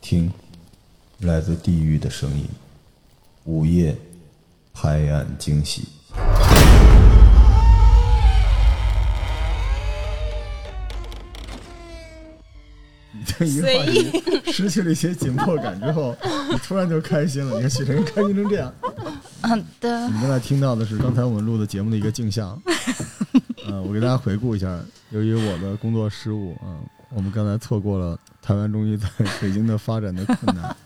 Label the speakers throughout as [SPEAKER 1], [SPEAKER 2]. [SPEAKER 1] 听，来自地狱的声音，午夜拍案惊喜。
[SPEAKER 2] 已经一块已失去了一些紧迫感之后，你突然就开心了。你看许晨开心成这样。
[SPEAKER 3] 好的
[SPEAKER 2] 你，们现在听到的是刚才我们录的节目的一个镜 像。呃，我给大家回顾一下，由于我的工作失误啊、我们刚才错过了台湾中医在北京的发展的困难。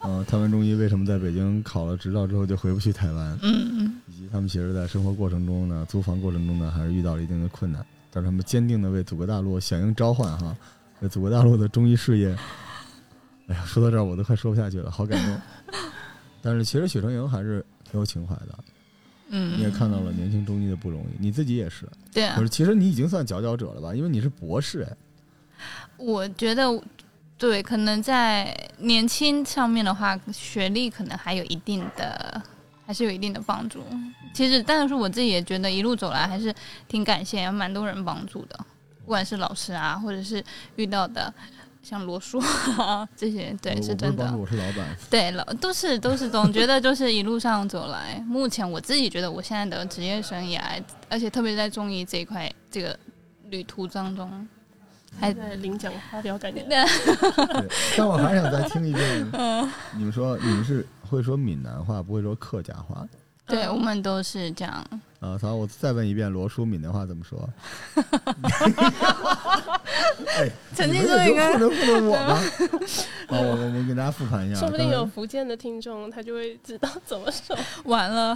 [SPEAKER 2] 呃，台湾中医为什么在北京考了执照之后就回不去台湾？嗯，以及他们其实在生活过程中呢，租房过程中呢，还是遇到了一定的困难，但是他们坚定的为祖国大陆响应召唤哈，为祖国大陆的中医事业。哎呀，说到这儿我都快说不下去了，好感动。 但是其实许成营还是挺有情怀的，你也
[SPEAKER 3] 嗯，
[SPEAKER 2] 看到了年轻中医的不容易，你自己也是。
[SPEAKER 3] 对啊
[SPEAKER 2] 可，是其实你已经算佼佼者了吧？因为你是博士哎。
[SPEAKER 3] 我觉得对，可能在年轻上面的话，学历可能还有一定的，还是有一定的帮助。其实，但是我自己也觉得一路走来还是挺感谢，蛮多人帮助的，不管是老师啊，或者是遇到的像罗叔啊这些，对，
[SPEAKER 2] 哦
[SPEAKER 3] 是
[SPEAKER 2] 我我不是
[SPEAKER 3] 真的。
[SPEAKER 2] 帮主，我是老 板。
[SPEAKER 3] 对了，都是都是总觉得就是一路上走来，目前我自己觉得我现在的职业生涯，而且特别在中医这一块这个旅途当中，还
[SPEAKER 4] 在领奖发表感言，
[SPEAKER 2] 对，但我还想再听一
[SPEAKER 3] 嗯
[SPEAKER 2] 遍。你们说你们是会说闽南话，不会说客家话
[SPEAKER 3] 对我们都是这样。
[SPEAKER 2] 啊？好，我再问一遍，罗叔闽南话怎么说？ 哎，
[SPEAKER 3] 曾
[SPEAKER 2] 你
[SPEAKER 3] 经
[SPEAKER 2] 们
[SPEAKER 3] 做一
[SPEAKER 2] 也
[SPEAKER 3] 个
[SPEAKER 2] 就糊弄糊弄我 吧。啊，我我们给大家复盘一下。
[SPEAKER 4] 说不定
[SPEAKER 2] 刚才
[SPEAKER 4] 有福建的听众，他就会知道怎么说。
[SPEAKER 3] 完了，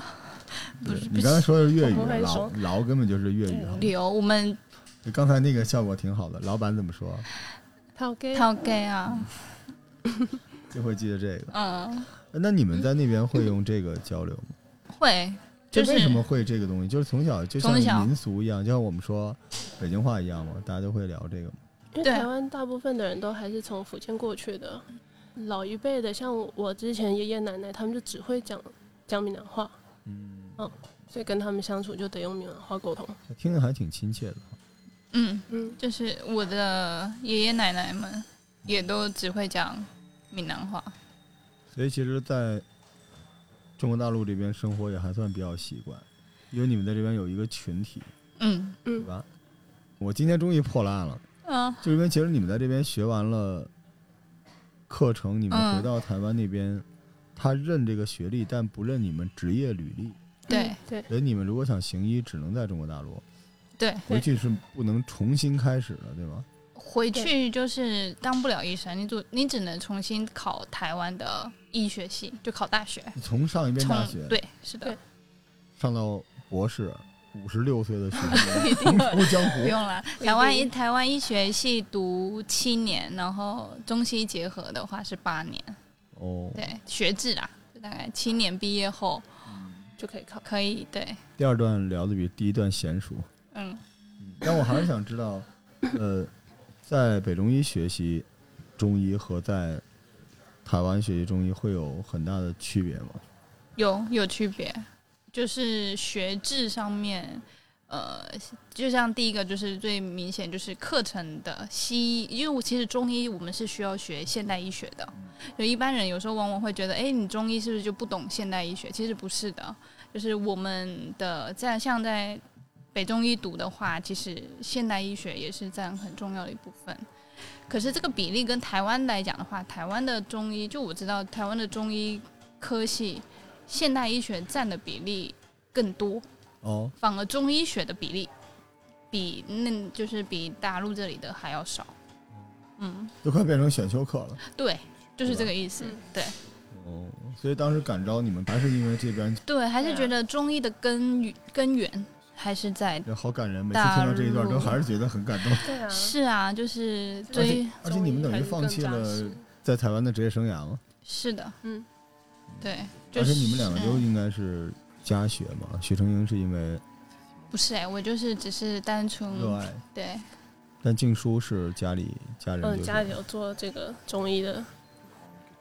[SPEAKER 3] 不
[SPEAKER 2] 对
[SPEAKER 3] 是不
[SPEAKER 2] 你刚才
[SPEAKER 3] 是
[SPEAKER 2] 说的是粤语啊
[SPEAKER 4] 我不，会
[SPEAKER 2] 老
[SPEAKER 4] 说
[SPEAKER 2] 老根本就是粤语哈。
[SPEAKER 3] 流，我们
[SPEAKER 2] 就刚才那个效果挺好的，老板怎么说？
[SPEAKER 4] 好给
[SPEAKER 3] 套 gay 啊，
[SPEAKER 2] 就会记得这个。
[SPEAKER 3] 嗯，
[SPEAKER 2] 那你们在那边会用这个交流吗？
[SPEAKER 3] 会嗯就是
[SPEAKER 2] 这为什么会这个东西？就是从小就
[SPEAKER 3] 从小
[SPEAKER 2] 像民俗一样，就像我们说北京话一样嘛，大家都会聊这个嘛。
[SPEAKER 4] 因为
[SPEAKER 3] 对
[SPEAKER 4] 台湾大部分的人都还是从福建过去的，老一辈的，像我之前爷爷奶奶，他们就只会讲讲闽南话，
[SPEAKER 2] 嗯，
[SPEAKER 4] 所以跟他们相处就得用闽南话沟通。
[SPEAKER 2] 听着还挺亲切的。
[SPEAKER 3] 嗯，
[SPEAKER 4] 嗯，
[SPEAKER 3] 就是我的爷爷奶奶们也都只会讲闽南话，
[SPEAKER 2] 所以其实，在中国大陆这边生活也还算比较习惯，因为你们在这边有一个群体，
[SPEAKER 3] 嗯
[SPEAKER 2] 对吧？我今天终于破了案了，
[SPEAKER 3] 嗯、
[SPEAKER 2] 就因为其实你们在这边学完了课程，你们
[SPEAKER 3] 嗯
[SPEAKER 2] 回到台湾那边，他认这个学历，但不认你们职业履历。
[SPEAKER 3] 对
[SPEAKER 4] 嗯对，
[SPEAKER 2] 所以你们如果想行医，只能在中国大陆，
[SPEAKER 3] 对，
[SPEAKER 2] 回去是不能重新开始的，对吗？
[SPEAKER 3] 回去就是当不了医生，你只你只能重新考台湾的医学系，就考大学，
[SPEAKER 2] 你从上一遍
[SPEAKER 3] 从
[SPEAKER 2] 大学
[SPEAKER 3] 对是的
[SPEAKER 4] 对，
[SPEAKER 2] 上到博士，五十六岁的学 生重出江
[SPEAKER 3] 不
[SPEAKER 2] 湖，
[SPEAKER 3] 用了。台湾医台湾医学系读七年，然后中西结合的话是八年，
[SPEAKER 2] 哦，
[SPEAKER 3] 对，学制啊，就大概七年毕业后
[SPEAKER 4] 就可以考。
[SPEAKER 3] 可以对，
[SPEAKER 2] 第二段聊的比第一段娴熟，
[SPEAKER 3] 嗯，
[SPEAKER 2] 但我还是想知道，呃，在北中医学习中医和在台湾学习中医会有很大的区别吗？
[SPEAKER 3] 有有区别，就是学制上面。呃，就像第一个就是最明显，就是课程的西医，因为我其实中医我们是需要学现代医学的，就一般人有时候往往会觉得，哎，你中医是不是就不懂现代医学？其实不是的，就是我们的在像在北中医读的话，其实现代医学也是占很重要的一部分。可是这个比例跟台湾来讲的话，台湾的中医，就我知道台湾的中医科系，现代医学占的比例更多，
[SPEAKER 2] 哦，
[SPEAKER 3] 反而中医学的比例比那就是比大陆这里的还要少。嗯，
[SPEAKER 2] 都快变成选修课了。
[SPEAKER 3] 对，就是这个意思。对
[SPEAKER 2] 哦，所以当时感召你们，还是因为这边
[SPEAKER 3] 对，还是
[SPEAKER 4] 对啊
[SPEAKER 3] 觉得中医的根源根源还是在。
[SPEAKER 2] 这好感人，每次听到这一段都还是觉得很感动。
[SPEAKER 4] 对啊，
[SPEAKER 3] 是啊，就是
[SPEAKER 2] 而
[SPEAKER 3] 对
[SPEAKER 2] 且，而且你们等于放弃
[SPEAKER 4] 中医还
[SPEAKER 2] 了
[SPEAKER 4] 是更扎实
[SPEAKER 2] 在台湾的职业生涯吗？
[SPEAKER 3] 是的，
[SPEAKER 4] 嗯，
[SPEAKER 3] 对，就
[SPEAKER 2] 而
[SPEAKER 3] 是
[SPEAKER 2] 且你们两个都
[SPEAKER 3] 嗯
[SPEAKER 2] 应该是家学嘛，许成英是因为
[SPEAKER 3] 不是哎、我就是只是单纯
[SPEAKER 2] 热爱，
[SPEAKER 3] 对啊
[SPEAKER 2] 但静书是家里家人
[SPEAKER 4] 嗯，
[SPEAKER 2] 就是
[SPEAKER 4] 家里有做这个中医的，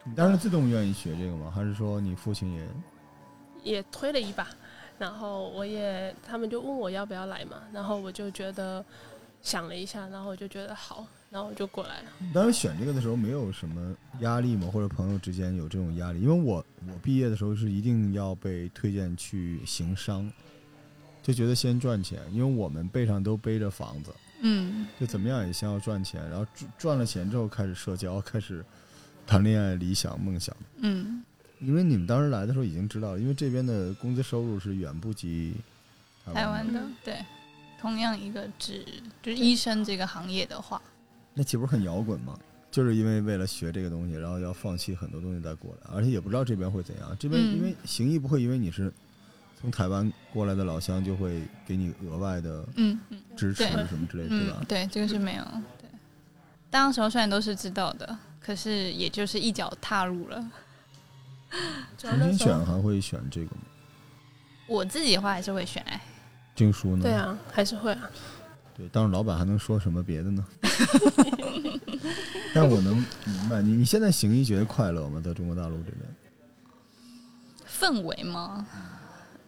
[SPEAKER 2] 你当时自动愿意学这个吗？还是说你父亲也
[SPEAKER 4] 也推了一把，然后我也他们就问我要不要来嘛，然后我就觉得想了一下，然后我就觉得好，然后我就过来了。
[SPEAKER 2] 当时选这个的时候没有什么压力吗？或者朋友之间有这种压力？因为我我毕业的时候是一定要被推荐去行商，就觉得先赚钱，因为我们背上都背着房子，
[SPEAKER 3] 嗯，
[SPEAKER 2] 就怎么样也先要赚钱，然后赚赚了钱之后开始社交，开始谈恋爱、理想、梦想。
[SPEAKER 3] 嗯，
[SPEAKER 2] 因为你们当时来的时候已经知道了，因为这边的工资收入是远不及
[SPEAKER 3] 台
[SPEAKER 2] 湾的
[SPEAKER 3] 湾的
[SPEAKER 4] 嗯
[SPEAKER 3] 对，同样一个职就是医生这个行业的话，
[SPEAKER 2] 那岂不是很摇滚吗？就是因为为了学这个东西，然后要放弃很多东西再过来，而且也不知道这边会怎样。这边
[SPEAKER 3] 嗯
[SPEAKER 2] 因为行医不会因为你是从台湾过来的老乡，就会给你额外的
[SPEAKER 3] 嗯嗯
[SPEAKER 2] 支持
[SPEAKER 3] 对
[SPEAKER 2] 什么之类，对
[SPEAKER 3] 嗯
[SPEAKER 2] 吧，？
[SPEAKER 3] 对，这个是没有。对，当时候虽然都是知道的，可是也就是一脚踏入了。
[SPEAKER 4] 主要
[SPEAKER 2] 重
[SPEAKER 4] 那
[SPEAKER 2] 新
[SPEAKER 4] 时候
[SPEAKER 2] 选还会选这个吗？
[SPEAKER 3] 我自己的话还是会选哎，
[SPEAKER 2] 证书呢？
[SPEAKER 4] 对啊，还是会啊。
[SPEAKER 2] 对，当时老板还能说什么别 的呢？但我能明白你，你现在行医觉得快乐吗？在中国大陆这边，
[SPEAKER 3] 氛围吗？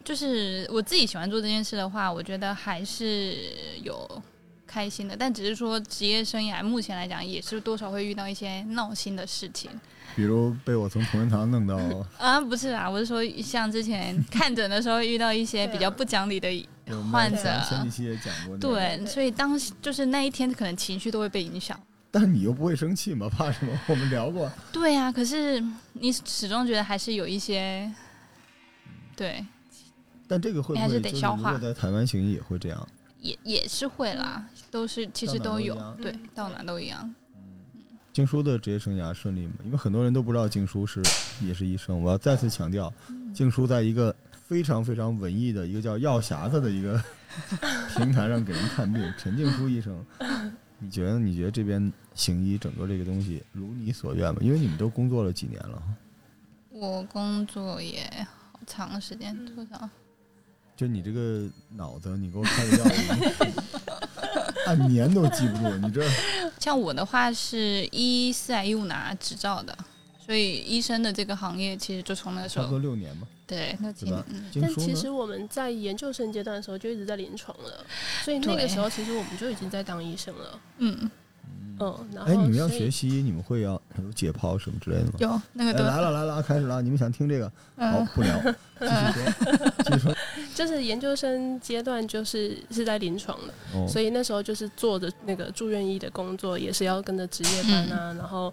[SPEAKER 3] 就是我自己喜欢做这件事的话，我觉得还是有开心的，但只是说职业生涯目前来讲，也是多少会遇到一些闹心的事情
[SPEAKER 2] 比如被我从同仁 堂弄到
[SPEAKER 3] 啊，不是啦，我是说像之前看诊的时候遇到一些
[SPEAKER 4] 对啊
[SPEAKER 3] 比较不讲理的
[SPEAKER 2] 有
[SPEAKER 3] 患
[SPEAKER 2] 卖
[SPEAKER 3] 者，
[SPEAKER 2] 前几期也讲过那个，
[SPEAKER 3] 对，所以当时就是那一天可能情绪都会被影响。
[SPEAKER 2] 但你又不会生气嘛？怕什么？我们聊过，
[SPEAKER 3] 对啊，可是你始终觉得还是有一些，对，
[SPEAKER 2] 但这个会不
[SPEAKER 3] 还
[SPEAKER 2] 会
[SPEAKER 3] 是
[SPEAKER 2] 就
[SPEAKER 3] 得
[SPEAKER 2] 是
[SPEAKER 3] 消
[SPEAKER 2] 如
[SPEAKER 3] 化
[SPEAKER 2] 果在台湾行医也会这样？
[SPEAKER 3] 也也是会啦，都是其实
[SPEAKER 2] 嗯到
[SPEAKER 3] 都
[SPEAKER 2] 哪
[SPEAKER 3] 有
[SPEAKER 2] 都一样，
[SPEAKER 3] 对
[SPEAKER 4] 嗯，
[SPEAKER 3] 到哪都一样。
[SPEAKER 2] 静书的职业生涯顺利吗？因为很多人都不知道静书是也是医生。我要再次强调，
[SPEAKER 3] 嗯
[SPEAKER 2] 静书在一个非常非常文艺的一个叫“药匣子”的一个 平台上给人看病。陈静书医生，你觉得你觉得这边行医整个这个东西如你所愿吗？因为你们都工作了几年了，
[SPEAKER 3] 我工作也好长时间，
[SPEAKER 2] 嗯
[SPEAKER 3] 多少？
[SPEAKER 2] 就你这个脑子，你给我开的药已经 按年都记不住，你这。
[SPEAKER 3] 像我的话是一四还一五拿执照的，所以医生的这个行业其实就从那时
[SPEAKER 2] 差不多
[SPEAKER 3] 候
[SPEAKER 2] 六年嘛，
[SPEAKER 3] 对那几
[SPEAKER 2] 对吧
[SPEAKER 3] 年，嗯？
[SPEAKER 2] 经
[SPEAKER 4] 但
[SPEAKER 2] 书
[SPEAKER 4] 其
[SPEAKER 2] 呢
[SPEAKER 4] 实我们在研究生阶段的时候就一直在临床了，所以那
[SPEAKER 3] 对
[SPEAKER 4] 个时候其实我们就已经在当医生了。
[SPEAKER 3] 嗯，
[SPEAKER 4] 嗯，然后
[SPEAKER 2] 哎，你们要
[SPEAKER 4] 所以
[SPEAKER 2] 学西医，你们会要有解剖什么之类的吗？
[SPEAKER 3] 有那
[SPEAKER 2] 哎
[SPEAKER 3] 个都
[SPEAKER 2] 来了来了，开始了！你们想听这个？好
[SPEAKER 3] 嗯，
[SPEAKER 2] 不聊，继续说，继续说。
[SPEAKER 4] 就是研究生阶段就是是在临床的，
[SPEAKER 2] 哦，
[SPEAKER 4] 所以那时候就是做着那个住院医的工作，也是要跟着值夜班啊，
[SPEAKER 2] 嗯
[SPEAKER 4] 然后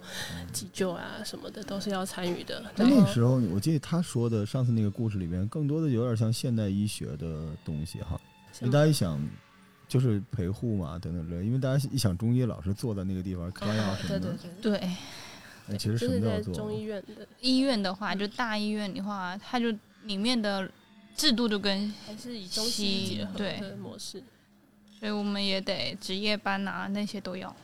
[SPEAKER 4] 急救啊什么的都是要参与的。
[SPEAKER 2] 那
[SPEAKER 4] 然
[SPEAKER 2] 那
[SPEAKER 4] 后
[SPEAKER 2] 时候我记得他说的上次那个故事里边，更多的有点像现代医学的东西哈。因为大家一想，就是陪护嘛，等等之类。因为大家一想中医，老是坐在那个地方开药
[SPEAKER 4] 啊
[SPEAKER 2] 什么
[SPEAKER 4] 对对
[SPEAKER 2] 的，
[SPEAKER 4] 对，
[SPEAKER 3] 对。
[SPEAKER 2] 哎其实
[SPEAKER 4] 就
[SPEAKER 2] 什么
[SPEAKER 4] 是
[SPEAKER 2] 都
[SPEAKER 4] 在
[SPEAKER 2] 要做。
[SPEAKER 4] 中医院的，
[SPEAKER 3] 医院的话，就大医院的话，它就里面的制度就跟，
[SPEAKER 4] 还是以中西医结合
[SPEAKER 3] 对
[SPEAKER 4] 的模式。
[SPEAKER 3] 所以我们也得值夜班啊那些都要，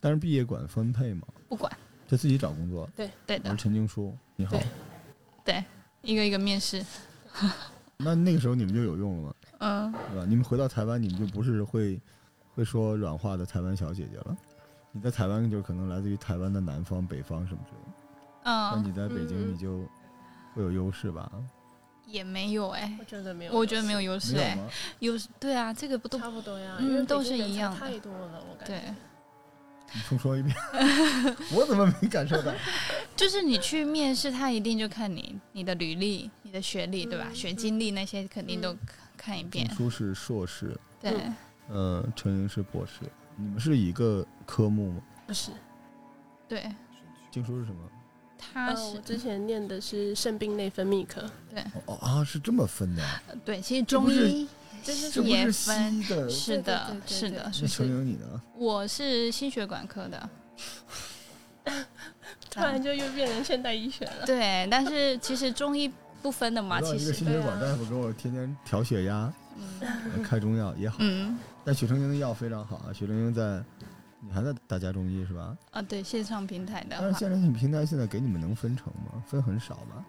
[SPEAKER 2] 但是毕业管分配嘛，
[SPEAKER 3] 不管，
[SPEAKER 2] 就自己找工作。
[SPEAKER 3] 对
[SPEAKER 2] 我是
[SPEAKER 3] 的，
[SPEAKER 2] 陈静书，你好
[SPEAKER 4] 对。
[SPEAKER 3] 一个一个面试，
[SPEAKER 2] 那那个时候你们就有用了吗？
[SPEAKER 3] 嗯，
[SPEAKER 2] 对吧？你们回到台湾，你们就不是会会说软话的台湾小姐姐了。你在台湾就可能来自于台湾的南方、北方什么之类的，但
[SPEAKER 3] 嗯，
[SPEAKER 2] 你在北京
[SPEAKER 4] 嗯
[SPEAKER 2] 你就会有优势吧？
[SPEAKER 3] 也没有哎、
[SPEAKER 4] 我觉得没有，
[SPEAKER 3] 我觉得没有优势
[SPEAKER 2] 没有
[SPEAKER 3] 哎、
[SPEAKER 2] 吗？
[SPEAKER 3] 优势对啊，这个不都
[SPEAKER 4] 差不多呀，
[SPEAKER 3] 嗯
[SPEAKER 4] 因为北京
[SPEAKER 3] 都是
[SPEAKER 4] 人
[SPEAKER 3] 一样的
[SPEAKER 4] 太多了，我感觉。
[SPEAKER 3] 对，
[SPEAKER 2] 你重说一遍， 我怎么没感受到？
[SPEAKER 3] 就是你去面试，他一定就看你你的履历、你的学历，对吧？
[SPEAKER 4] 嗯
[SPEAKER 3] 学经历那些肯定都
[SPEAKER 4] 嗯
[SPEAKER 3] 看一遍
[SPEAKER 2] 钟，书是硕士，
[SPEAKER 3] 对，
[SPEAKER 4] 嗯
[SPEAKER 2] 呃，陈莹是博士，你们是一个科目吗？
[SPEAKER 4] 不是，
[SPEAKER 3] 对，
[SPEAKER 2] 静书是什么？
[SPEAKER 3] 他
[SPEAKER 4] 呃，
[SPEAKER 3] 是、
[SPEAKER 4] 我之前念的是肾病内分泌科，
[SPEAKER 2] 哦哦啊，是这么分的啊，
[SPEAKER 3] 对，其实
[SPEAKER 2] 这不
[SPEAKER 3] 中
[SPEAKER 2] 是
[SPEAKER 3] 医
[SPEAKER 4] 就是
[SPEAKER 2] 这不
[SPEAKER 3] 也
[SPEAKER 2] 是西
[SPEAKER 3] 分，
[SPEAKER 2] 医的？
[SPEAKER 3] 是
[SPEAKER 4] 对
[SPEAKER 3] 的
[SPEAKER 4] 对，对
[SPEAKER 3] 是
[SPEAKER 4] 对
[SPEAKER 3] 的，
[SPEAKER 2] 那
[SPEAKER 3] 是
[SPEAKER 2] 陈
[SPEAKER 3] 的。
[SPEAKER 2] 莹你啊呢？
[SPEAKER 3] 我是心血管科的， 啊
[SPEAKER 4] 突然就又变成现代医学了。
[SPEAKER 3] 对，但是其实中医不分的嘛，
[SPEAKER 2] 我让
[SPEAKER 3] 其
[SPEAKER 2] 一个
[SPEAKER 3] 实，
[SPEAKER 2] 心血
[SPEAKER 4] 对啊
[SPEAKER 2] 管大夫给我天天调血压、
[SPEAKER 3] 嗯
[SPEAKER 2] 呃开中药也好。
[SPEAKER 3] 嗯
[SPEAKER 2] 但许成英的药非常好啊，许成英在你还在大家中医是吧？
[SPEAKER 3] 啊，对，线上平台
[SPEAKER 2] 但
[SPEAKER 3] 的
[SPEAKER 2] 是
[SPEAKER 3] 话
[SPEAKER 2] 线上性平台现在给你们能分成吗？分很少吧，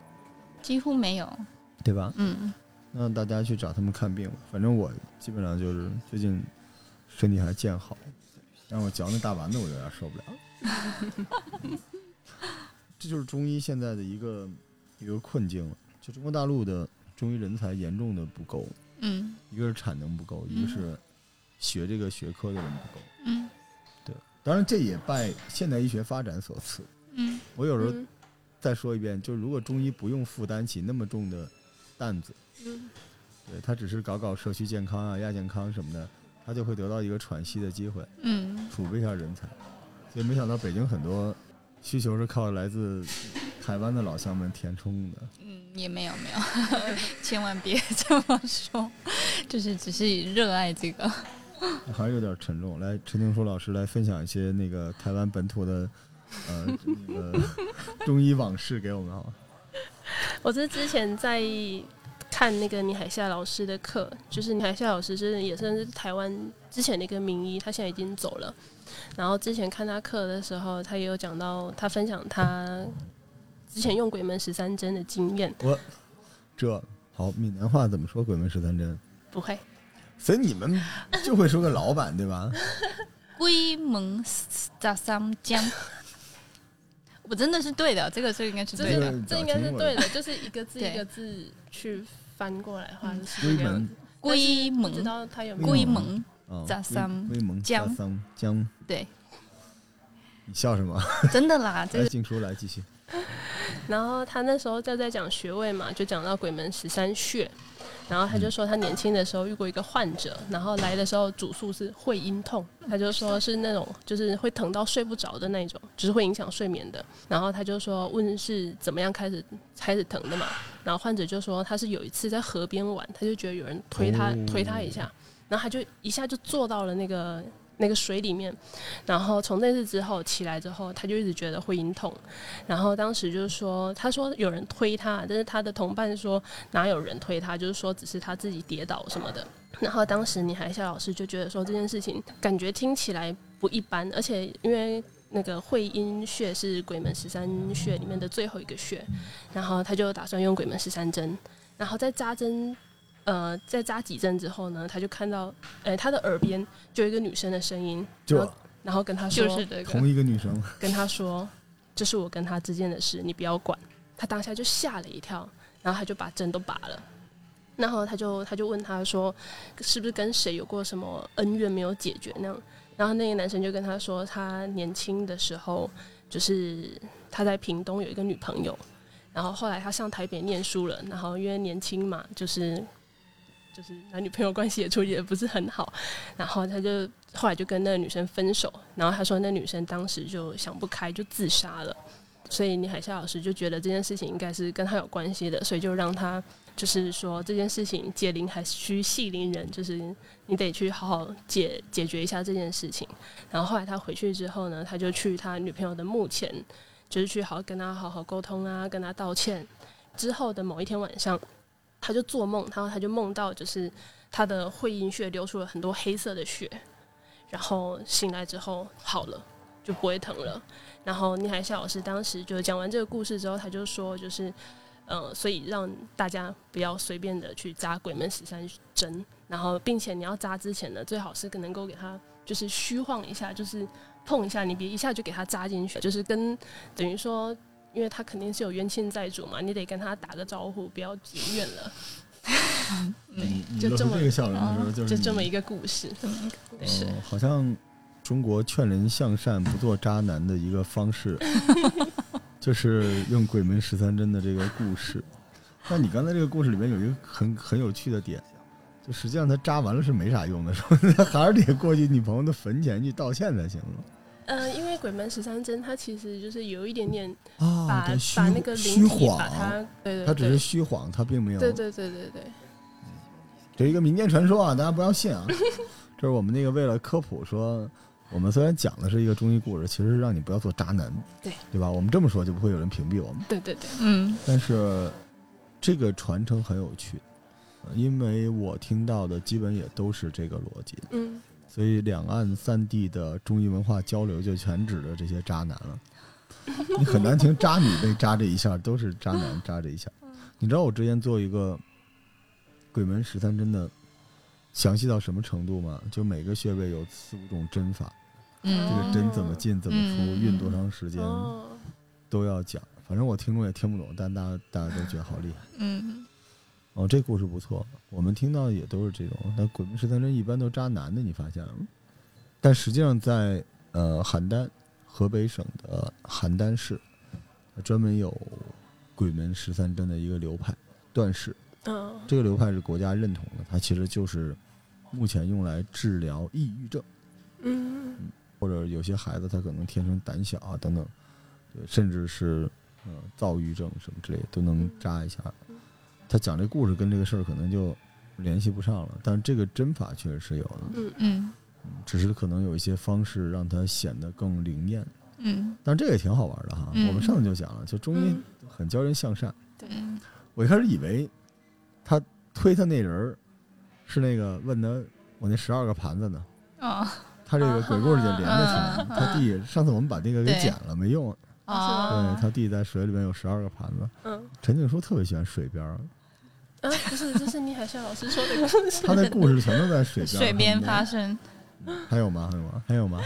[SPEAKER 3] 几乎没有，
[SPEAKER 2] 对吧？
[SPEAKER 3] 嗯，
[SPEAKER 2] 那大家去找他们看病吧。反正我基本上就是最近身体还见好，但我嚼那大丸子我有点受不了。 这就是中医现在的一个一个困境了，就中国大陆的中医人才严重的不够，
[SPEAKER 3] 嗯
[SPEAKER 4] 嗯
[SPEAKER 2] 一个是产能不够，一个是学这个学科的人不够。
[SPEAKER 3] 嗯，
[SPEAKER 2] 对，当然，这也拜现代医学发展所赐。
[SPEAKER 3] 嗯，
[SPEAKER 2] 我有时候
[SPEAKER 4] 嗯
[SPEAKER 2] 再说一遍，就如果中医不用负担起那么重的担子，
[SPEAKER 4] 嗯
[SPEAKER 2] 对他只是搞搞社区健康啊、亚健康什么的，他就会得到一个喘息的机会，
[SPEAKER 3] 嗯，
[SPEAKER 2] 储备一下人才。所以没想到北京很多需求是靠来自台湾的老乡们填充的。
[SPEAKER 3] 嗯，也没有没有，千万别这么说，就是只是热爱这个。
[SPEAKER 2] 还是有点沉重。来，陈廷书老师来分享一些那个台湾本土的，呃，那个 中医往事给我们好吗？
[SPEAKER 4] 我是之前在看那个倪海厦老师的课，就是倪海厦老师是也算是台湾之前的一个名医，他现在已经走了。然后之前看他课的时候，他也有讲到他分享他之前用鬼门十三针的经验，
[SPEAKER 2] 我这好闽南话怎么说？鬼门十三针，
[SPEAKER 4] 不会
[SPEAKER 2] 所以你们就会说个老板对吧？
[SPEAKER 3] 龟门杂三江，我真的是对的，这个这个应该是
[SPEAKER 4] 这
[SPEAKER 3] 对的。
[SPEAKER 4] 是
[SPEAKER 2] 对
[SPEAKER 4] 这应该是对嗯的，就是一个字
[SPEAKER 3] 对
[SPEAKER 4] 一个字去翻过来的话，就是
[SPEAKER 2] 龟
[SPEAKER 4] 这样
[SPEAKER 2] 门
[SPEAKER 4] 子。
[SPEAKER 3] 龟
[SPEAKER 4] 不知
[SPEAKER 3] 门
[SPEAKER 4] 道他有没有
[SPEAKER 3] 龟门，
[SPEAKER 2] 啊，
[SPEAKER 3] 杂三
[SPEAKER 2] 龟龟蒙
[SPEAKER 3] 江
[SPEAKER 2] 杂三江，
[SPEAKER 3] 对，
[SPEAKER 2] 你笑什 么？
[SPEAKER 3] 真的啦，这
[SPEAKER 2] 来，
[SPEAKER 3] 个
[SPEAKER 2] 静书来继续。
[SPEAKER 4] 然后他那时候就在讲穴位嘛，就讲到鬼门十三穴，然后他就说他年轻的时候遇过一个患者，然后来的时候主诉是会阴痛，他就说是那种就是会疼到睡不着的那种，就是会影响睡眠的。然后他就说问是怎么样开始开始疼的嘛，然后患者就说他是有一次在河边玩，他就觉得有人推他、
[SPEAKER 2] 哦
[SPEAKER 4] 推他一下，然后他就一下就坐到了那个。那个水里面，然后从那次之后起来之后，他就一直觉得会阴痛，然后当时就是说，他说有人推他，但是他的同伴说哪有人推他，就是说只是他自己跌倒什么的。然后当时倪海夏老师就觉得说这件事情感觉听起来不一般，而且因为那个会阴穴是鬼门十三穴里面的最后一个穴，然后他就打算用鬼门十三针，然后在扎针。呃，在扎几针之后呢，他就看到，呃，他的耳边就有一个女生的声音，然
[SPEAKER 2] 就
[SPEAKER 4] 后然后跟他说，
[SPEAKER 3] 就是这个
[SPEAKER 2] 同一个女生，
[SPEAKER 4] 跟他说：“这是我跟他之间的事，你不要管。”他当下就吓了一跳，然后他就把针都拔了。然后他就他就问他说：“是不是跟谁有过什么恩怨没有解决那样？”然后那个男生就跟他说：“他年轻的时候，就是他在屏东有一个女朋友，然后后来他上台北念书了，然后因为年轻嘛，就是就是男女朋友关系也处理的不是很好，然后他就后来就跟那个女生分手，然后他说那女生当时就想不开就自杀了，所以倪海夏老师就觉得这件事情应该是跟他有关系的，所以就让他就是说这件事情解铃还需系铃人，就是你得去好好解解决一下这件事情。然后后来他回去之后呢，他就去他女朋友的墓前，就是去好好跟他好好沟通啊，跟他道歉。之后的某一天晚上，他就做梦，然后他就梦到就是他的会阴穴流出了很多黑色的血，然后醒来之后好了，就不会疼了。然后倪海夏老师当时就讲完这个故事之后，他就说就是，呃，所以让大家不要随便的去扎鬼门十三针，然后并且你要扎之前呢，最好是能够给他就是虚晃一下，就是碰一下，你别一下就给他扎进去，就是跟等于说。因为他肯定是有冤亲债主嘛，你得跟他打个招呼，不要结怨了。
[SPEAKER 2] 你你
[SPEAKER 4] 嗯就
[SPEAKER 2] 露
[SPEAKER 4] 这
[SPEAKER 2] 出
[SPEAKER 4] 么啊
[SPEAKER 2] 这个笑容的时候，就是
[SPEAKER 4] 就这么
[SPEAKER 2] 你
[SPEAKER 4] 一个故事，
[SPEAKER 3] 这么一个故事，
[SPEAKER 2] 哦，好像中国劝人向善、不做渣男的一个方 式，就是用鬼门十三针的这个故事。那你刚才这个故事里面有一个很很有趣的点，就实际上他扎完了是没啥用的，是吧？ 他还是得过去你朋友的坟前去道歉才行了。
[SPEAKER 4] 呃，因为鬼门十三针，它其实就是有一点点把、
[SPEAKER 2] 啊，对虚
[SPEAKER 4] 把那个
[SPEAKER 2] 虚
[SPEAKER 4] 灵体把
[SPEAKER 2] 晃，
[SPEAKER 4] 它，对对对，
[SPEAKER 2] 他只是虚哦晃，他并没有。
[SPEAKER 4] 对对对对对，
[SPEAKER 2] 这一个民间传说啊，大家不要信啊。这是我们那个为了科普说，我们虽然讲的是一个中医故事，其实是让你不要做渣男，
[SPEAKER 4] 对
[SPEAKER 2] 对吧？我们这么说就不会有人屏蔽我们。
[SPEAKER 4] 对对对，
[SPEAKER 3] 嗯
[SPEAKER 2] 但是这个传承很有趣，呃因为我听到的基本也都是这个逻辑，
[SPEAKER 4] 嗯，
[SPEAKER 2] 所以两岸三地的中医文化交流就全指着这些渣男 了。你很难听渣女被渣这一下，都是渣男渣这一下。
[SPEAKER 3] 嗯
[SPEAKER 2] 你知道我之前做一个鬼门十三针的详细到什么程度吗？就每个穴位有四五种针法，这
[SPEAKER 3] 嗯，
[SPEAKER 2] 个针怎么进、怎么出、
[SPEAKER 3] 嗯
[SPEAKER 2] 运多长时间
[SPEAKER 4] 哦，
[SPEAKER 2] 都要讲。反正我听众也听不懂，但大家大家都觉得好厉害。
[SPEAKER 3] 嗯
[SPEAKER 2] 哦，这故事不错，我们听到的也都是这种。但鬼门十三针一般都扎男的，你发现了吗？但实际上在呃邯郸，河北省的邯郸市，专门有鬼门十三针的一个流派段氏。
[SPEAKER 4] 嗯
[SPEAKER 2] 这个流派是国家认同的，它其实就是目前用来治疗抑郁症，
[SPEAKER 4] 嗯
[SPEAKER 2] 或者有些孩子他可能天生胆小啊等等，对，甚至是呃躁郁症什么之类的都
[SPEAKER 4] 嗯
[SPEAKER 2] 能扎一下。他讲这故事跟这个事儿可能就联系不上了，但是这个针法确实是有的，
[SPEAKER 4] 嗯
[SPEAKER 3] 嗯
[SPEAKER 2] 只是可能有一些方式让它显得更灵验。
[SPEAKER 3] 嗯
[SPEAKER 2] 但这个也挺好玩的哈，
[SPEAKER 3] 嗯
[SPEAKER 2] 我们上次就讲了，就中医
[SPEAKER 4] 嗯
[SPEAKER 2] 很教人向善。
[SPEAKER 3] 嗯，
[SPEAKER 2] 我一开始以为他推他那人儿是那个问他我那十二个盘子呢，
[SPEAKER 3] 哦
[SPEAKER 2] 他这个鬼故事就连着起来了。
[SPEAKER 3] 啊
[SPEAKER 2] 他弟上次我们把那个给剪了，没用。
[SPEAKER 3] 哦
[SPEAKER 2] 对，他弟在水里面有十二个盘子。
[SPEAKER 4] 嗯，
[SPEAKER 2] 陈静书特别喜欢水边儿，
[SPEAKER 4] 啊，不是，这是倪海笑老师说的 故事。
[SPEAKER 2] 他的故事全都在水边儿。
[SPEAKER 3] 水边发生，
[SPEAKER 2] 还有吗？还有吗？还有吗？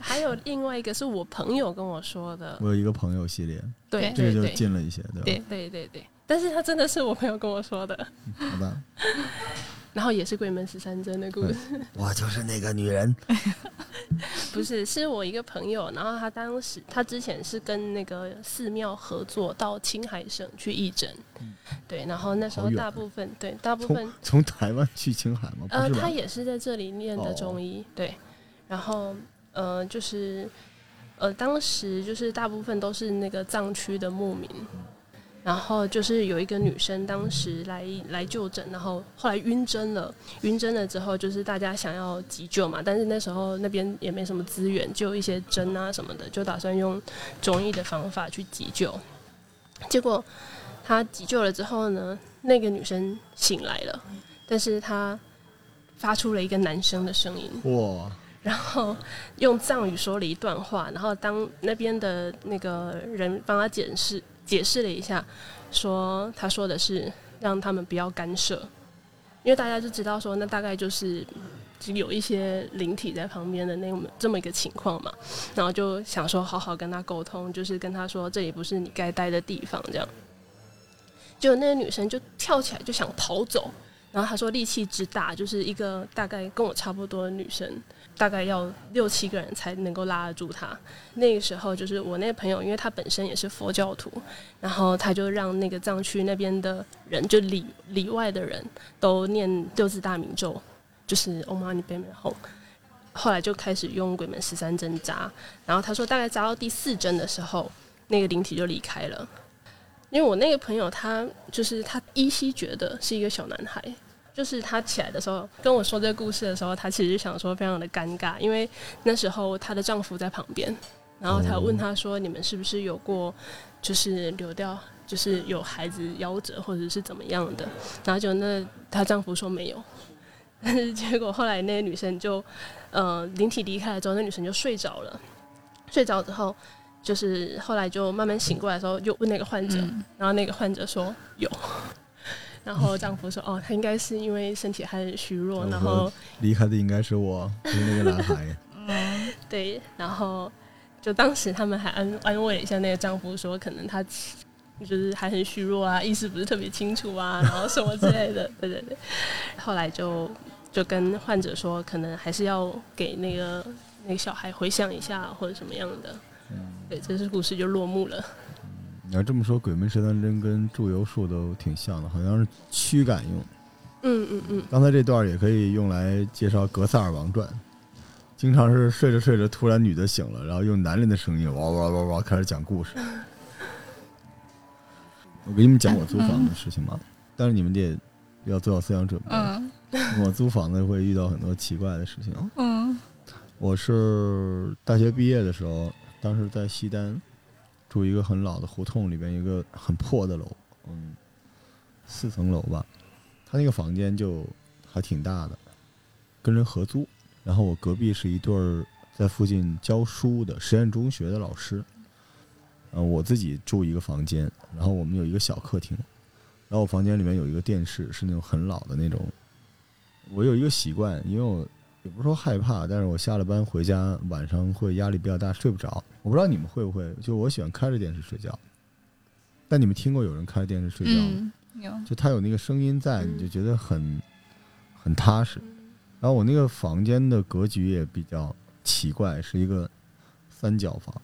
[SPEAKER 4] 还有另外一个是我朋友跟我说的，
[SPEAKER 2] 我有一个朋友系列，
[SPEAKER 4] 对
[SPEAKER 2] 这个
[SPEAKER 4] 对
[SPEAKER 2] 就
[SPEAKER 4] 对
[SPEAKER 2] 近了一些，对吧？
[SPEAKER 3] 对
[SPEAKER 4] 对对对，但是他真的是我朋友跟我说的，
[SPEAKER 2] 好吧，
[SPEAKER 4] 然后也是鬼门十三针的故事，
[SPEAKER 2] 我就是那个女人。
[SPEAKER 4] 不是，是我一个朋友，然后他当时他之前是跟那个寺庙合作到青海省去义诊，对，然后那
[SPEAKER 2] 嗯
[SPEAKER 4] 时
[SPEAKER 2] 好
[SPEAKER 4] 候
[SPEAKER 2] 远
[SPEAKER 4] 大
[SPEAKER 2] 啊
[SPEAKER 4] 部分对大部分
[SPEAKER 2] 从从台湾去青海吗？不
[SPEAKER 4] 呃，
[SPEAKER 2] 是吧哦
[SPEAKER 4] 他？也是在这里念的中医，对。然后呃，就是呃，当时就是大部分都是那个藏区的牧民，
[SPEAKER 2] 嗯
[SPEAKER 4] 然后就是有一个女生当时来来就诊，然后后来晕针了，晕针了之后就是大家想要急救嘛，但是那时候那边也没什么资源，就一些针啊什么的，就打算用中医的方法去急救，结果。她急救了之后呢，那个女生醒来了，但是她发出了一个男生的声音，
[SPEAKER 2] 哇，
[SPEAKER 4] 然后用藏语说了一段话，然后当那边的那个人帮他解释解释了一下，说他说的是让他们不要干涉，因为大家就知道说那大概就是就有一些灵体在旁边的那种这么一个情况嘛，然后就想说好好跟他沟通，就是跟他说这里不是你该待的地方这样。结果那个女生就跳起来就想逃走，然后她说力气之大，就是一个大概跟我差不多的女生，大概要六七个人才能够拉得住她。那个时候就是我那个朋友，因为他本身也是佛教徒，然后他就让那个藏区那边的人，就里里外的人都念六字大明咒，就是 Om Mani p a m e h o 后来就开始用鬼门十三针扎，然后他说大概扎到第四针的时候，那个灵体就离开了。因为我那个朋友他就是他依稀觉得是一个小男孩，就是他起来的时候跟我说这个故事的时候，他其实想说非常的尴尬，因为那时候她的丈夫在旁边，然后他问他说：“你们是不是有过就是流掉，就是有孩子夭折或者是怎么样的？”然后就那她丈夫说没有，但是结果后来那个女生就呃灵体离开了之后，那女生就睡着了，睡着之后。就是后来就慢慢醒过来的时候，又问那个患者，
[SPEAKER 3] 嗯
[SPEAKER 4] 然后那个患者说有， 然后丈夫说哦，他应该是因为身体还虚弱，
[SPEAKER 2] 嗯
[SPEAKER 4] 然后
[SPEAKER 2] 离开的应该是我，不是那个男孩。
[SPEAKER 4] 对，然后就当时他们还安安慰了一下那个丈夫，说可能他就是还很虚弱啊，意识不是特别清楚啊，然后什么之类的，对对对。后来就就跟患者说，可能还是要给那个那个小孩回想一下或者什么样的。对，这是故事就落幕了。
[SPEAKER 2] 你要这么说，鬼门十三针跟祝由术都挺像的，好像是驱赶用。
[SPEAKER 4] 嗯嗯嗯，
[SPEAKER 2] 刚才这段也可以用来介绍《格萨尔王传》，经常是睡着睡着，突然女的醒了，然后用男人的声音哇哇哇哇开始讲 故事。我给你们讲我租房的事情嘛，但是你们得要做好思想准备。
[SPEAKER 3] 嗯
[SPEAKER 2] 我租房子会遇到很多奇怪的事情。
[SPEAKER 3] 嗯
[SPEAKER 2] 我是大学毕业的时候，当时在西单住一个很老的胡同里边，一个很破的楼，嗯，四层楼吧。他那个房间就还挺大的，跟人合租。然后我隔壁是一对儿在附近教书的实验中学的老师，呃，我自己住一个房间，然后我们有一个小客厅，然后我房间里面有一个电视，是那种很老的那种。我有一个习惯，因为我也不是说害怕，但是我下了班回家晚上会压力比较大，睡不着。我不知道你们会不会，就我喜欢开着电视睡觉。但你们听过有人开着电视睡觉吗？
[SPEAKER 3] 嗯，有
[SPEAKER 2] 就它有那个声音在，
[SPEAKER 4] 嗯
[SPEAKER 2] 你就觉得很很踏实。然后我那个房间的格局也比较奇怪，是一个三角房，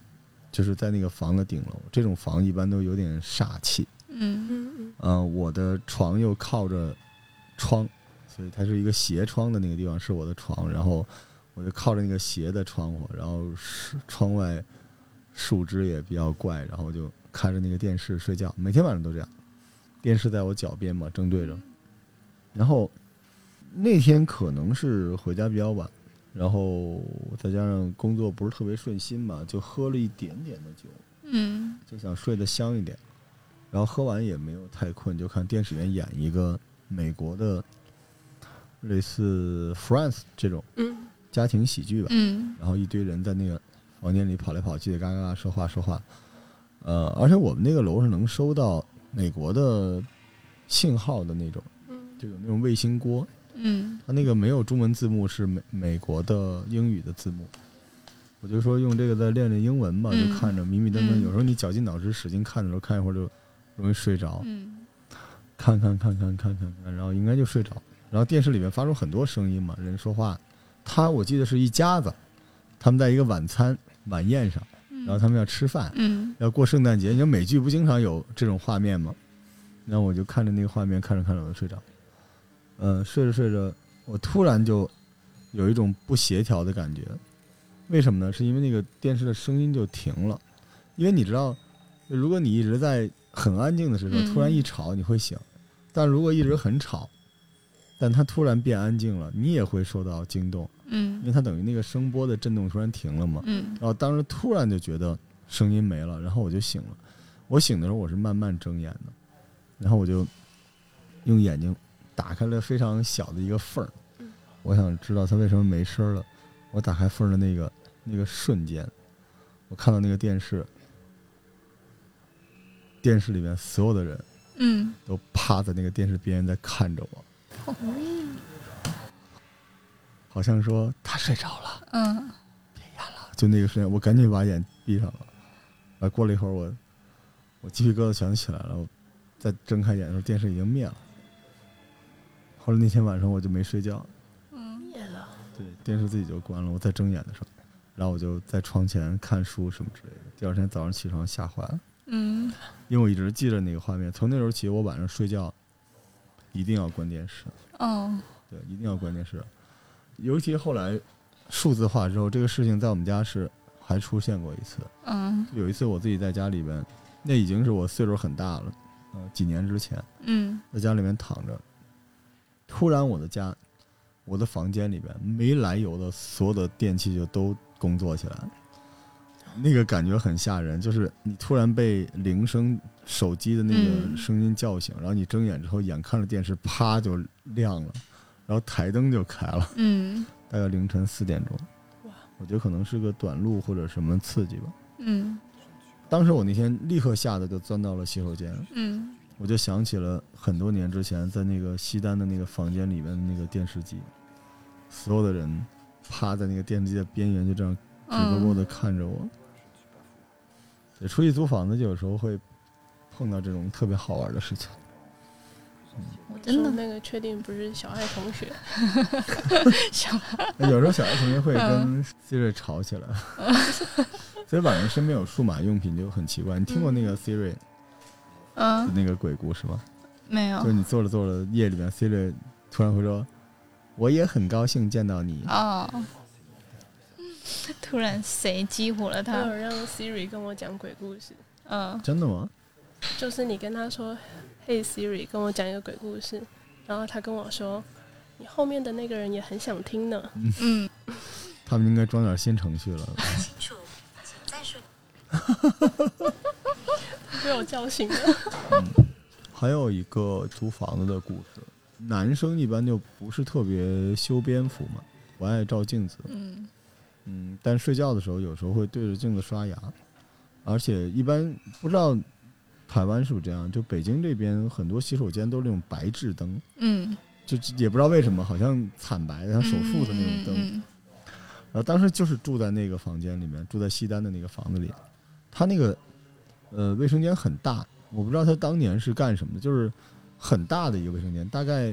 [SPEAKER 2] 就是在那个房的顶楼。这种房一般都有点煞气。
[SPEAKER 3] 嗯
[SPEAKER 4] 嗯
[SPEAKER 2] 呃，我的床又靠着窗，所以它是一个斜窗的那个地方是我的床，然后我就靠着那个斜的窗户，然后是窗外树枝也比较怪，然后我就看着那个电视睡觉，每天晚上都这样，电视在我脚边嘛，正对着，然后那天可能是回家比较晚。然后再加上工作不是特别顺心嘛，就喝了一点点的酒，
[SPEAKER 3] 嗯
[SPEAKER 2] 就想睡得香一点，然后喝完也没有太困，就看电视里面演一个美国的类似 Friends 这种
[SPEAKER 4] 嗯
[SPEAKER 2] 家庭喜剧吧，
[SPEAKER 3] 嗯
[SPEAKER 2] 然后一堆人在那个房间里跑来跑去的，嘎嘎嘎说话说话，呃，而且我们那个楼是能收到美国的信号的那种，
[SPEAKER 4] 嗯
[SPEAKER 2] 就有那种卫星锅，
[SPEAKER 3] 嗯
[SPEAKER 2] 它那个没有中文字幕，是美美国的英语的字幕。我就说用这个再练练英文吧，
[SPEAKER 3] 嗯
[SPEAKER 2] 就看着迷迷瞪瞪，
[SPEAKER 3] 嗯
[SPEAKER 2] 有时候你绞尽脑汁使劲看的时候，看一会儿就容易睡着，
[SPEAKER 3] 嗯
[SPEAKER 2] 看看看看看看看，然后应该就睡着。然后电视里面发出很多声音嘛，人说话，他我记得是一家子，他们在一个晚餐晚宴上，
[SPEAKER 3] 嗯，
[SPEAKER 2] 然后他们要吃饭，
[SPEAKER 3] 嗯
[SPEAKER 2] 要过圣诞节，你知道美剧不经常有这种画面吗？然后我就看着那个画面，看着看着我就睡着。呃，睡着睡着，我突然就有一种不协调的感觉。为什么呢？是因为那个电视的声音就停了。因为你知道，如果你一直在很安静的时候，
[SPEAKER 3] 嗯
[SPEAKER 2] 突然一吵你会醒；但如果一直很吵，但它突然变安静了，你也会受到惊动，因
[SPEAKER 3] 嗯
[SPEAKER 2] 为它等于那个声波的震动突然停了嘛。
[SPEAKER 3] 嗯
[SPEAKER 2] 然后当时突然就觉得声音没了，然后我就醒了。我醒的时候我是慢慢睁眼的，然后我就用眼睛打开了非常小的一个缝儿
[SPEAKER 4] 嗯，
[SPEAKER 2] 我想知道它为什么没声儿了。我打开缝儿的那个那个瞬间，我看到那个电视，电视里面所有的人
[SPEAKER 3] 嗯，
[SPEAKER 2] 都趴在那个电视边缘在看着我，好像说他睡着了。
[SPEAKER 3] 嗯
[SPEAKER 2] 就那个瞬间，我赶紧把眼闭上了。啊，过了一会儿我，我鸡皮疙瘩全起来了。我再睁开眼的时候，电视已经灭了。后来那天晚上我就没睡觉，
[SPEAKER 3] 嗯
[SPEAKER 4] 灭了，
[SPEAKER 2] 对，电视自己就关了。我再睁眼的时候，然后我就在窗前看书什么之类的。第二天早上起床吓坏了，
[SPEAKER 3] 嗯
[SPEAKER 2] 因为我一直记着那个画面。从那时候起，我晚上睡觉一定要关电视。
[SPEAKER 3] 哦
[SPEAKER 2] 对，一定要关电视。尤其后来数字化之后，这个事情在我们家是还出现过一次。
[SPEAKER 3] 嗯
[SPEAKER 2] 有一次我自己在家里边，那已经是我岁数很大了，呃，几年之前，
[SPEAKER 3] 嗯
[SPEAKER 2] 在家里面躺着，突然我的家，我的房间里边没来由的所有的电器就都工作起来了，那个感觉很吓人，就是你突然被铃声、手机的那个
[SPEAKER 3] 嗯
[SPEAKER 2] 声音叫醒，然后你睁眼之后，眼看着电视啪就亮了，然后台灯就开了，
[SPEAKER 3] 嗯
[SPEAKER 2] 大概凌晨四点钟，
[SPEAKER 4] 哇，
[SPEAKER 2] 我觉得可能是个短路或者什么刺激吧。
[SPEAKER 3] 嗯
[SPEAKER 2] 当时我那天立刻吓得就钻到了洗手间，
[SPEAKER 3] 嗯
[SPEAKER 2] 我就想起了很多年之前在那个西单的那个房间里面的那个电视机，所有的人趴在那个电视机的边缘，就这样直勾勾
[SPEAKER 3] 嗯
[SPEAKER 2] 的看着我。对，出去租房子就有时候会碰到这种特别好玩的事情。
[SPEAKER 3] 我真
[SPEAKER 4] 真的
[SPEAKER 3] 的
[SPEAKER 4] 那个确定不是小爱同学，
[SPEAKER 3] 想
[SPEAKER 2] 那有时候小爱同学会跟 Siri 吵起来， 所以晚上身边有数码用品就很奇怪。你听过那个 Siri 的
[SPEAKER 3] 嗯
[SPEAKER 2] 那个鬼故事吗？
[SPEAKER 3] 没有
[SPEAKER 2] 就是你做着做着，夜里面 Siri 突然会说：“我也很高兴见到你。
[SPEAKER 3] 哦，突然谁激活了
[SPEAKER 4] 他有
[SPEAKER 3] 他？
[SPEAKER 4] 让 Siri 跟我讲鬼故事，
[SPEAKER 3] 嗯”
[SPEAKER 2] 真的吗？
[SPEAKER 4] 就是你跟他说嘿 Siri，跟我讲一个鬼故事，然后他跟我说，你后面的那个人也很想听呢。
[SPEAKER 3] 嗯，
[SPEAKER 2] 他们应该装点新程 序了。
[SPEAKER 5] 清楚，请再说。
[SPEAKER 4] 被我叫醒了。
[SPEAKER 2] 还有一个租房子的故事，男生一般就不是特别修边幅嘛，不爱照镜子。
[SPEAKER 3] 嗯
[SPEAKER 2] 嗯，但睡觉的时候有时候会对着镜子刷牙，而且一般不知道台湾是不是这样，就北京这边很多洗手间都是那种白炽灯，
[SPEAKER 3] 嗯，
[SPEAKER 2] 就也不知道为什么，好像惨白的，像手术的那种灯。
[SPEAKER 3] 嗯
[SPEAKER 2] 然后当时就是住在那个房间里面，住在西单的那个房子里，他那个呃卫生间很大，我不知道他当年是干什么的，就是很大的一个卫生间，大概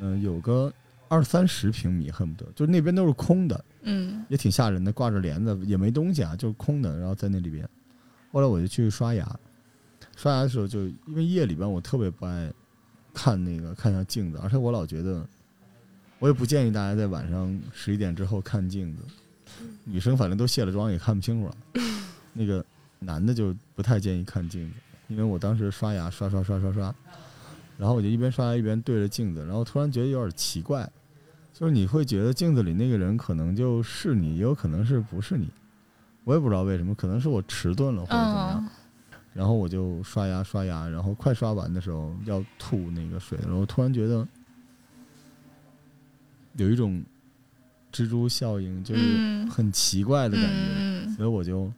[SPEAKER 2] 嗯、呃有个二三十平米，恨不得就那边都是空的，
[SPEAKER 3] 嗯
[SPEAKER 2] 也挺吓人的，挂着帘子也没东西啊，就是空的，然后在那里边。后来我就去刷牙，刷牙的时候就因为夜里边我特别不爱看那个看向镜子，而且我老觉得，我也不建议大家在晚上十一点之后看镜子，女生反正都卸了妆也看不清楚了，那个男的就不太建议看镜子，因为我当时刷牙刷刷刷刷刷，然后我就一边刷牙一边对着镜子，然后突然觉得有点奇怪，就是你会觉得镜子里那个人可能就是你，也有可能是不是你，我也不知道为什么，可能是我迟钝了或者怎么样。
[SPEAKER 3] 嗯
[SPEAKER 2] 然后我就刷牙刷牙，然后快刷完的时候要吐那个水的时候，突然觉得有一种蜘蛛效应，就是
[SPEAKER 3] 嗯
[SPEAKER 2] 很奇怪的感觉，
[SPEAKER 3] 嗯
[SPEAKER 2] 所以我就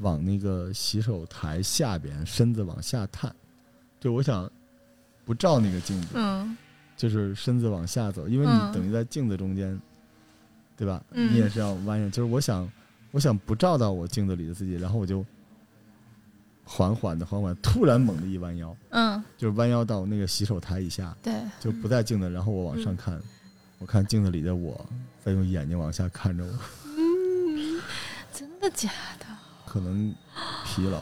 [SPEAKER 2] 往那个洗手台下边身子往下探，就我想不照那个镜子，
[SPEAKER 3] 嗯
[SPEAKER 2] 就是身子往下走，因为你
[SPEAKER 3] 嗯
[SPEAKER 2] 等于在镜子中间，对吧？
[SPEAKER 3] 嗯
[SPEAKER 2] 你也是要弯下，就是我想，我想不照到我镜子里的自己，然后我就缓缓的、缓缓地，突然猛地一弯腰，
[SPEAKER 3] 嗯，
[SPEAKER 2] 就是弯腰到那个洗手台以下，
[SPEAKER 3] 对，
[SPEAKER 2] 就不在镜子，然后我
[SPEAKER 3] 嗯
[SPEAKER 2] 往上看，我看镜子里的我在用眼睛往下看着我，
[SPEAKER 3] 真的假的？
[SPEAKER 2] 可能疲劳，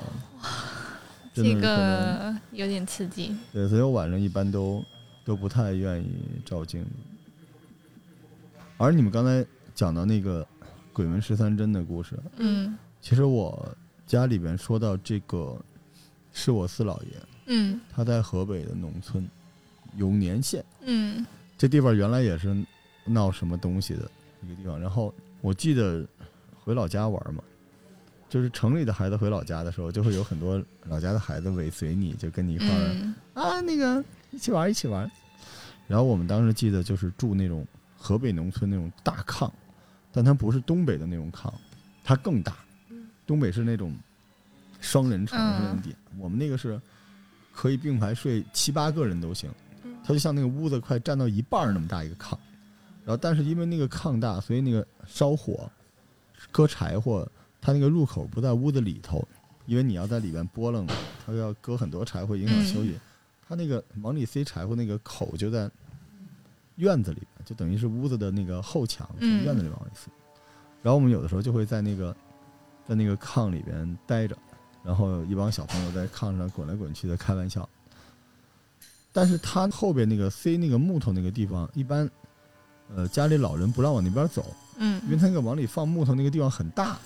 [SPEAKER 2] 真的
[SPEAKER 3] 这
[SPEAKER 2] 是可能
[SPEAKER 3] 个有点刺激。
[SPEAKER 2] 对，所以我晚上一般都都不太愿意照镜子。而你们刚才讲到那个鬼门十三针的故事，
[SPEAKER 3] 嗯
[SPEAKER 2] 其实我家里边说到这个，是我四姥爷，
[SPEAKER 3] 嗯
[SPEAKER 2] 他在河北的农村永年县
[SPEAKER 3] 嗯
[SPEAKER 2] 这地方原来也是闹什么东西的一个地方。然后我记得回老家玩嘛，就是城里的孩子回老家的时候，就会有很多老家的孩子尾随你，就跟你一块儿
[SPEAKER 3] 嗯
[SPEAKER 2] 啊，那个一起玩儿一起玩儿。然后我们当时记得就是住那种河北农村那种大炕，但它不是东北的那种炕，它更大。东北是那种双人床是那种
[SPEAKER 3] 嗯
[SPEAKER 2] 底，我们那个是可以并排睡七八个人都行
[SPEAKER 4] 嗯。
[SPEAKER 2] 它就像那个屋子快占到一半儿那么大一个炕，然后但是因为那个炕大，所以那个烧火、搁柴火，它那个入口不在屋子里头，因为你要在里边拨楞，它要搁很多柴火，影响
[SPEAKER 3] 嗯
[SPEAKER 2] 休息。它那个往里塞柴火那个口就在院子里边，就等于是屋子的那个后墙，从
[SPEAKER 3] 嗯
[SPEAKER 2] 院子里往里塞。然后我们有的时候就会在那个在那个炕里边待着，然后一帮小朋友在炕上滚来滚去的开玩笑。但是他后边那个塞那个木头那个地方，一般，呃，家里老人不让往那边走，因为
[SPEAKER 3] 嗯
[SPEAKER 2] 他那个往里放木头那个地方很大，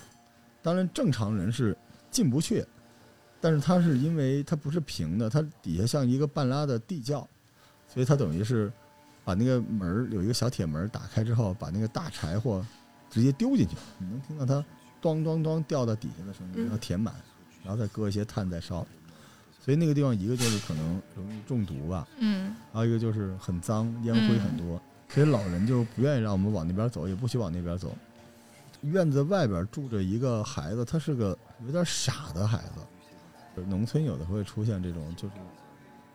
[SPEAKER 2] 当然正常人是进不去，但是它是因为它不是平的，它底下像一个半拉的地窖，所以它等于是把那个门儿有一个小铁门儿打开之后，把那个大柴火直接丢进去，你能听到它咚咚咚掉到底下的声音，然后填满，然后再搁一些炭再烧，所以那个地方一个就是可能容易中毒吧，
[SPEAKER 3] 嗯
[SPEAKER 2] 还有一个就是很脏，烟灰很多，所以老人就不愿意让我们往那边走，也不许往那边走。院子外边住着一个孩子，他是个有点傻的孩子。就是农村有的会出现这种，就是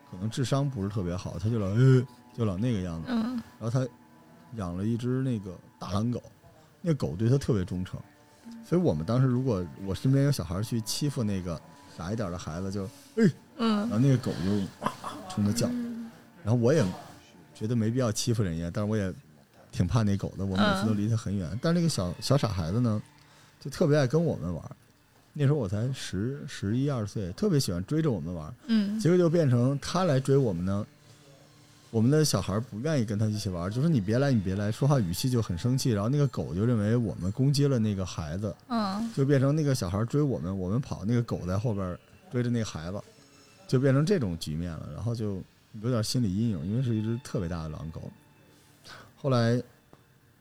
[SPEAKER 2] 可能智商不是特别好，他就老呃，就老那个样子。
[SPEAKER 3] 嗯
[SPEAKER 2] 然后他养了一只那个大狼狗，那狗对他特别忠诚，所以我们当时如果我身边有小孩去欺负那个傻一点的孩子，就哎然
[SPEAKER 3] 嗯
[SPEAKER 2] 后那个狗就哇哇冲他叫，然后我也觉得没必要欺负人家，但是我也挺怕那狗的，我每次都离它很远。但是那个小小傻孩子呢，就特别爱跟我们玩儿。那时候我才十十一二岁，特别喜欢追着我们玩儿，
[SPEAKER 3] 嗯
[SPEAKER 2] 结果就变成他来追我们呢。我们的小孩不愿意跟他一起玩儿，就说你别来，你别来，说话语气就很生气。然后那个狗就认为我们攻击了那个孩子，
[SPEAKER 3] 嗯
[SPEAKER 2] 就变成那个小孩追我们，我们跑，那个狗在后边追着那孩子，就变成这种局面了。然后就有点心理阴影，因为是一只特别大的狼狗。后来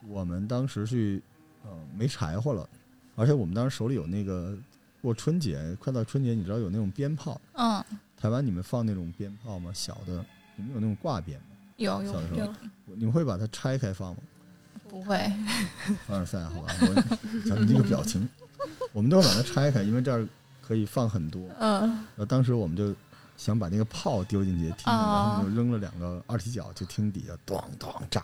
[SPEAKER 2] 我们当时去，呃，没柴火了，而且我们当时手里有那个过春节，快到春节，你知道有那种鞭炮，
[SPEAKER 3] 嗯，
[SPEAKER 2] 台湾你们放那种鞭炮吗？小的，你们有那种挂鞭吗？
[SPEAKER 3] 有有
[SPEAKER 2] 小时候
[SPEAKER 3] 有，
[SPEAKER 2] 你们会把它拆开放吗？
[SPEAKER 3] 不会，
[SPEAKER 2] 凡尔赛，好吧，我 瞧你这个表情，我们都会把它拆开，因为这儿可以放很多。
[SPEAKER 3] 嗯
[SPEAKER 2] 然后当时我们就想把那个炮丢进去
[SPEAKER 3] 哦
[SPEAKER 2] 听，然后我们就扔了两个二踢脚，就听底下咚咚炸，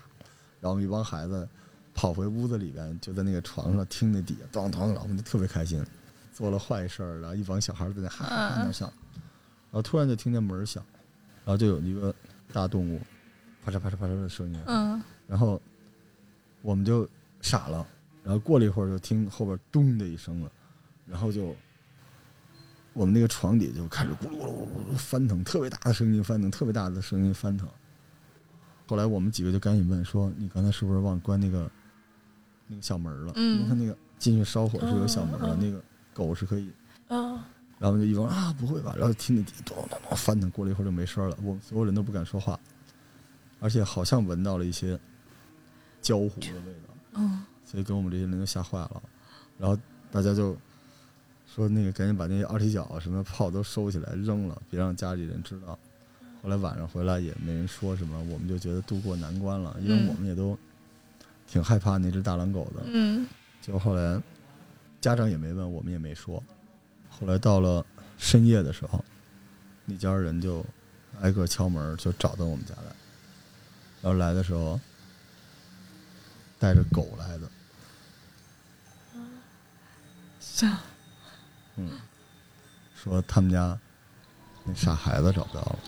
[SPEAKER 2] 然后我们一帮孩子跑回屋子里边，就在那个床上听那底下咚咚，然后我们就特别开心，做了坏事儿，然后一帮小孩在那哈哈哈
[SPEAKER 3] 嗯
[SPEAKER 2] 那笑，然后突然就听见门儿响，然后就有一个大动物啪嚓啪嚓啪嚓的声音，
[SPEAKER 3] 嗯，
[SPEAKER 2] 然后我们就傻了，然后过了一会儿就听后边咚的一声了，然后就我们那个床底就开始咕噜咕噜咕噜翻腾，特别大的声音翻腾，特别大的声音翻腾。后来我们几个就赶紧问说：“你刚才是不是忘关那个那个小门了？
[SPEAKER 3] 嗯
[SPEAKER 2] 因为他那个进去烧火是有小门的，
[SPEAKER 4] 嗯嗯
[SPEAKER 2] 那个狗是可以。”
[SPEAKER 4] 嗯，
[SPEAKER 2] 然后就一帮人啊，不会吧？然后听那底咚咚咚翻腾，过了一会儿就没声儿了。我们所有人都不敢说话，而且好像闻到了一些焦糊的味道，
[SPEAKER 3] 嗯，
[SPEAKER 2] 所以给我们这些人都吓坏了。然后大家就说那个赶紧把那些二踢脚啊什么炮都收起来扔了，别让家里人知道。后来晚上回来也没人说什么，我们就觉得渡过难关了，因为
[SPEAKER 3] 嗯
[SPEAKER 2] 我们也都挺害怕那只大狼狗的。
[SPEAKER 3] 嗯，
[SPEAKER 2] 就后来家长也没问，我们也没说。后来到了深夜的时候，那家人就挨个敲门，就找到我们家来。然后来的时候，带着狗来的，
[SPEAKER 3] 是啊，
[SPEAKER 2] 嗯，说他们家那傻孩子找不到了，